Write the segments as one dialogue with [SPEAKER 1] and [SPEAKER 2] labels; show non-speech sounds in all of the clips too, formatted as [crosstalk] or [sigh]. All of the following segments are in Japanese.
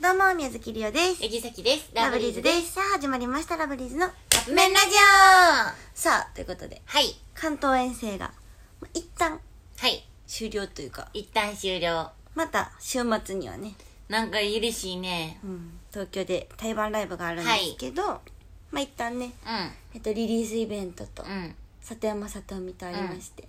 [SPEAKER 1] どうも、宮崎りおです。
[SPEAKER 2] えぎさきです。。
[SPEAKER 1] ラブリーズですす。さあ、始まりました、ラブリーズの。
[SPEAKER 2] カップ麺ラジオは
[SPEAKER 1] さあ、ということで、
[SPEAKER 2] い。
[SPEAKER 1] 関東遠征が、ま一旦
[SPEAKER 2] はい。
[SPEAKER 1] 終了というか、
[SPEAKER 2] 一旦終了。
[SPEAKER 1] また週末にはね、
[SPEAKER 2] なんか嬉しいね。
[SPEAKER 1] うん、東京で台湾ライブがあるんですけど、まあ一旦ね、えっと、リリースイベントと
[SPEAKER 2] う、ん。うん。
[SPEAKER 1] 里山里美とありまして、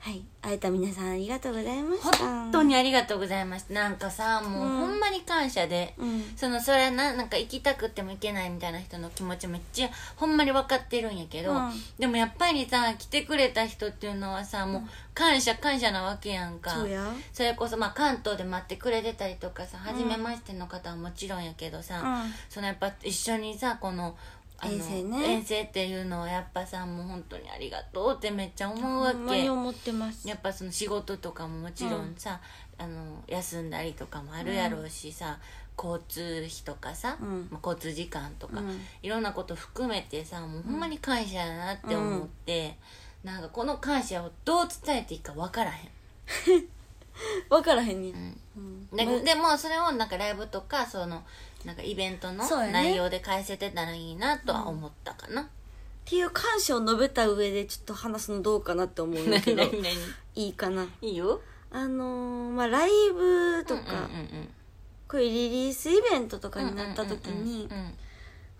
[SPEAKER 1] はい、会えた皆さんありがとうございました。
[SPEAKER 2] 本当にありがとうございました。なんかさ、
[SPEAKER 1] う
[SPEAKER 2] もう
[SPEAKER 1] ん
[SPEAKER 2] ほんまに感謝で。
[SPEAKER 1] うん
[SPEAKER 2] そのそれはななんか行きたくても行けないみたいな人の気持ちめっちゃほんまに分かってるんやけど、
[SPEAKER 1] うん
[SPEAKER 2] でもやっぱりさ来てくれた人っていうのはさもう感謝感謝なわけやんか
[SPEAKER 1] そうや。
[SPEAKER 2] それこそ、まあ、関東で待ってくれてたりとかさ初めましての方はもちろんやけどさ、
[SPEAKER 1] うん
[SPEAKER 2] そのやっぱ一緒にさこのあの
[SPEAKER 1] 遠征ね
[SPEAKER 2] 遠征っていうのはやっぱさもう本当にありがとうってめっちゃ思う
[SPEAKER 1] ほ
[SPEAKER 2] わ
[SPEAKER 1] んまに
[SPEAKER 2] け
[SPEAKER 1] 思ってます。
[SPEAKER 2] やっぱその仕事とかももちろんさ、あの休んだりとかもあるやろうしさ、交通費とかさ、
[SPEAKER 1] うん
[SPEAKER 2] まあ交通時間とか、
[SPEAKER 1] うん
[SPEAKER 2] いろんなこと含めてさもうほんまに感謝やなって思って、なんかこの感謝をどう伝えていいか分からへん
[SPEAKER 1] わからへんね。うん
[SPEAKER 2] で,、
[SPEAKER 1] ま
[SPEAKER 2] でもそれをなんかライブとかそのなんかイベントの
[SPEAKER 1] そうやね
[SPEAKER 2] 内容で返せてたらいいなとは思ったかな、
[SPEAKER 1] っていう感謝を述べた上でちょっと話すのどう [laughs] かなって思うんだけど
[SPEAKER 2] 何何
[SPEAKER 1] いいかな
[SPEAKER 2] 何いいよ
[SPEAKER 1] あのー、まあライブとか、
[SPEAKER 2] うんうんうんうん
[SPEAKER 1] こういうリリースイベントとかになった時に、
[SPEAKER 2] うんうんうん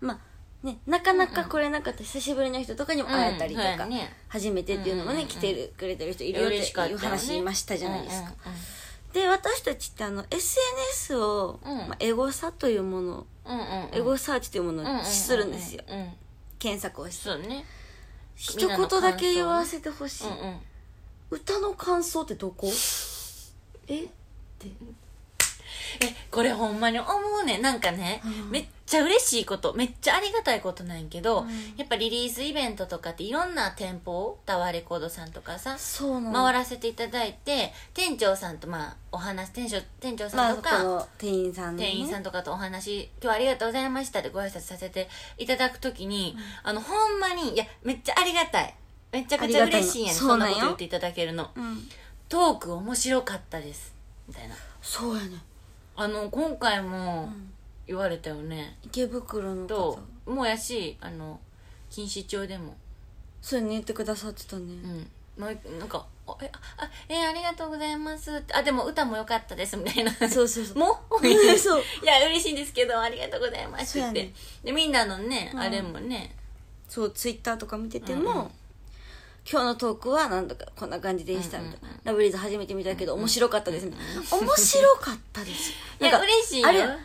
[SPEAKER 1] まあねなかなか来れなかった久しぶりの人とかにも会えたりと
[SPEAKER 2] うん
[SPEAKER 1] か、
[SPEAKER 2] そうやね
[SPEAKER 1] 初めてっていうのもね、
[SPEAKER 2] うんうんうん
[SPEAKER 1] 来てるくれてる人いるよって
[SPEAKER 2] 嬉しかった
[SPEAKER 1] い
[SPEAKER 2] よ
[SPEAKER 1] う
[SPEAKER 2] ね
[SPEAKER 1] 話いましたじゃないですか、で私たちってあの SNS を、
[SPEAKER 2] うん
[SPEAKER 1] まあ、エゴサというもの
[SPEAKER 2] うんうんうんうん
[SPEAKER 1] エゴサーチというものをするんですよ、
[SPEAKER 2] うんうんうんうん
[SPEAKER 1] 検索をして
[SPEAKER 2] そうね
[SPEAKER 1] 一
[SPEAKER 2] みんなの
[SPEAKER 1] 言だけ言わ
[SPEAKER 2] 感想
[SPEAKER 1] せてほしい、
[SPEAKER 2] ねうんうん
[SPEAKER 1] 歌の感想ってどこえ
[SPEAKER 2] えこれほんまに思うねんなんかね、
[SPEAKER 1] うん
[SPEAKER 2] めっちゃ嬉しいことめっちゃありがたいことなんやけど、
[SPEAKER 1] うん
[SPEAKER 2] やっぱリリースイベントとかっていろんな店舗をタワーレコードさんとかさ
[SPEAKER 1] そうなの
[SPEAKER 2] 回らせていただいて店長さんとまあお話店長店長さんと
[SPEAKER 1] まあ
[SPEAKER 2] か、
[SPEAKER 1] そこの店員さんのね
[SPEAKER 2] 店員さんとかとお話今日はありがとうございましたでご挨拶させていただくときに、あのほんまにいやめっちゃありがたいめちゃくちゃ嬉しいんやね
[SPEAKER 1] ありがたいの
[SPEAKER 2] そんなこ
[SPEAKER 1] そうなんよ
[SPEAKER 2] と言っていただけるの
[SPEAKER 1] うん
[SPEAKER 2] トーク面白かったですみたいな
[SPEAKER 1] そうやね
[SPEAKER 2] あの今回
[SPEAKER 1] う
[SPEAKER 2] も
[SPEAKER 1] ん
[SPEAKER 2] 言われたよね、
[SPEAKER 1] 池袋の方
[SPEAKER 2] ともうやしあの錦糸町でも
[SPEAKER 1] そうやね言ってくださってたね、
[SPEAKER 2] うんもうなんか「あえあえありがとうございます」ってあでも歌も良かったです」みたいな
[SPEAKER 1] そうそうそう
[SPEAKER 2] も
[SPEAKER 1] [laughs] そう
[SPEAKER 2] いや嬉しいんですけどありがとうございます
[SPEAKER 1] そう
[SPEAKER 2] っ
[SPEAKER 1] や
[SPEAKER 2] て、
[SPEAKER 1] ね
[SPEAKER 2] でみんなのね、
[SPEAKER 1] うん
[SPEAKER 2] あれもね
[SPEAKER 1] そうツイッターとか見てても、
[SPEAKER 2] うんうん
[SPEAKER 1] 今日のトークはなんとかこんな感じでしたみたいな、
[SPEAKER 2] うんうんうん
[SPEAKER 1] ラブリーズ初めて見たけど面白かったですみたいな、面白かったです
[SPEAKER 2] [laughs] いや嬉しいよ
[SPEAKER 1] あれア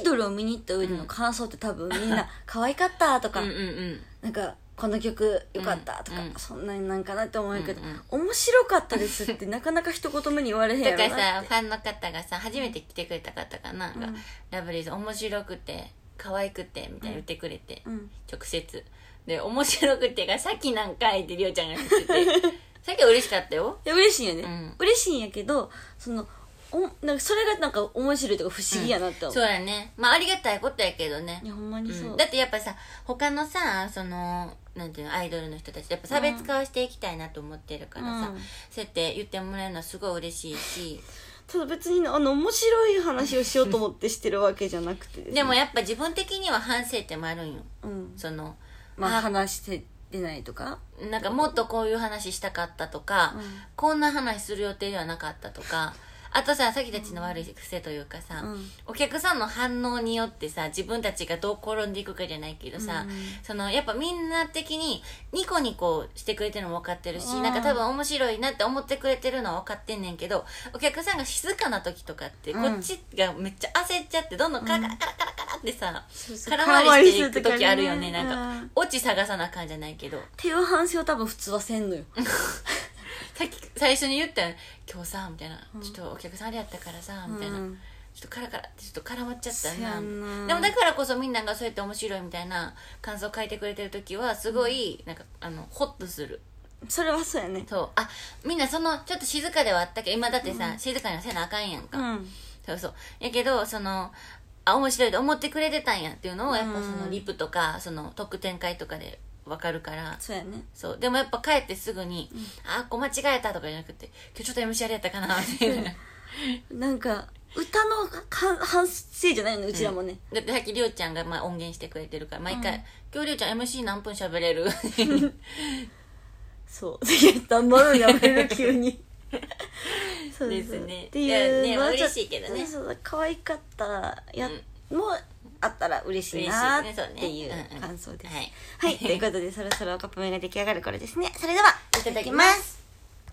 [SPEAKER 1] イドルを見に行った上での感想って多分みんな可愛かったと
[SPEAKER 2] う
[SPEAKER 1] か、
[SPEAKER 2] んうんうん
[SPEAKER 1] なんかこの曲良かったとか、
[SPEAKER 2] うんうん
[SPEAKER 1] そんなになんかなって思うけど、
[SPEAKER 2] うん
[SPEAKER 1] 面白かったですってなかなか一言目に言われへん
[SPEAKER 2] と
[SPEAKER 1] や
[SPEAKER 2] か
[SPEAKER 1] ろな
[SPEAKER 2] さ
[SPEAKER 1] って
[SPEAKER 2] ファンの方がさ初めて来てくれた方かな、が
[SPEAKER 1] うん
[SPEAKER 2] ラブリーズ面白くて可愛くてみたいな言ってくれて、
[SPEAKER 1] うん
[SPEAKER 2] 直接で面白くてがさっきなんかいってりょうちゃんが
[SPEAKER 1] [laughs]
[SPEAKER 2] 言っててさっきは嬉しかったよ
[SPEAKER 1] いや嬉しいよね、
[SPEAKER 2] うん
[SPEAKER 1] 嬉しいんやけどそのおなんかそれがなんか面白いとか不思議やなって思う、
[SPEAKER 2] そうやねまあありがたいことやけどね
[SPEAKER 1] いやほんまにそう、
[SPEAKER 2] うんだってやっぱさ他のさそのなんていうのアイドルの人たちやっぱ差別化をしていきたいなと思ってるからさ、
[SPEAKER 1] うん
[SPEAKER 2] そうやって言ってもらえるのはすごい嬉しいし、
[SPEAKER 1] ただ別にあの面白い話をしようと思ってしてるわけじゃなくてで
[SPEAKER 2] でもやっぱ自分的には反省点もあるんよ
[SPEAKER 1] うん
[SPEAKER 2] その
[SPEAKER 1] まあ
[SPEAKER 2] あ
[SPEAKER 1] 話して出ないとか
[SPEAKER 2] なんかもっとこういう話したかったとか、
[SPEAKER 1] うん
[SPEAKER 2] こんな話する予定ではなかったとかあとささきたちの悪い癖というかさ、
[SPEAKER 1] うん
[SPEAKER 2] お客さんの反応によってさ自分たちがどう転んでいくかじゃないけどさ、
[SPEAKER 1] うん
[SPEAKER 2] そのやっぱみんな的にニコニコしてくれてるのも分かってるし、
[SPEAKER 1] うん
[SPEAKER 2] なんか多分面白いなって思ってくれてるのは分かってんねんけどお客さんが静かな時とかって、
[SPEAKER 1] うん
[SPEAKER 2] こっちがめっちゃ焦っちゃってどんどんカラカラカラカラってさ、
[SPEAKER 1] そうそう
[SPEAKER 2] 空回りしていく
[SPEAKER 1] 空回りする時
[SPEAKER 2] 時
[SPEAKER 1] あ
[SPEAKER 2] あ
[SPEAKER 1] る
[SPEAKER 2] る
[SPEAKER 1] ね
[SPEAKER 2] よねなん
[SPEAKER 1] うん
[SPEAKER 2] かオチ探さなあかんじゃないけ
[SPEAKER 1] [laughs]
[SPEAKER 2] ど。
[SPEAKER 1] っていう反省を多分普通はせんのよ
[SPEAKER 2] さっき最初に言ったよ今日さ」みたいな「ちょっとお客さんあれやったからさ」みたいな、
[SPEAKER 1] うん
[SPEAKER 2] ちょっとカラカラってちょっと絡まっちゃった
[SPEAKER 1] そや
[SPEAKER 2] な
[SPEAKER 1] な
[SPEAKER 2] でもだからこそみんながそうやって面白いみたいな感想を書いてくれてる時はすごいなんかあのホッとする
[SPEAKER 1] それはそうやね
[SPEAKER 2] そうあみんなそのちょっと静かではあったけど今だってさ、静かにはせなあかんやん
[SPEAKER 1] う
[SPEAKER 2] か、
[SPEAKER 1] ん
[SPEAKER 2] そうそうやけどそのあ面白いと思ってくれてたんやっていうのをやっぱそのリプとかその特典会とかでわかるから
[SPEAKER 1] そうやね
[SPEAKER 2] そうでもやっぱ帰ってすぐに「ああこう間違えた」とかじゃなくて「今日ちょっと MC あれやったかな」みたいな
[SPEAKER 1] なんか歌の反反省じゃないのうちらもね、
[SPEAKER 2] だってさっきりょうちゃんがまあ音源してくれてるから毎回、
[SPEAKER 1] うん
[SPEAKER 2] 今日りょうちゃん MC 何分喋れる [laughs]
[SPEAKER 1] そう [laughs] いや頑張るんやめる急
[SPEAKER 2] [laughs]
[SPEAKER 1] にそうそう
[SPEAKER 2] ですね
[SPEAKER 1] っていう
[SPEAKER 2] いやね
[SPEAKER 1] まあちょっと
[SPEAKER 2] 嬉しいけどね
[SPEAKER 1] そうそう可愛かったらや、もうあったら嬉しいな
[SPEAKER 2] 嬉しいですねそう
[SPEAKER 1] っ
[SPEAKER 2] ね
[SPEAKER 1] ていう
[SPEAKER 2] うんうん
[SPEAKER 1] 感想です
[SPEAKER 2] はい [laughs]
[SPEAKER 1] はい、ということでそろそろカップ麺が出来上がる頃ですねそれではい
[SPEAKER 2] ただきます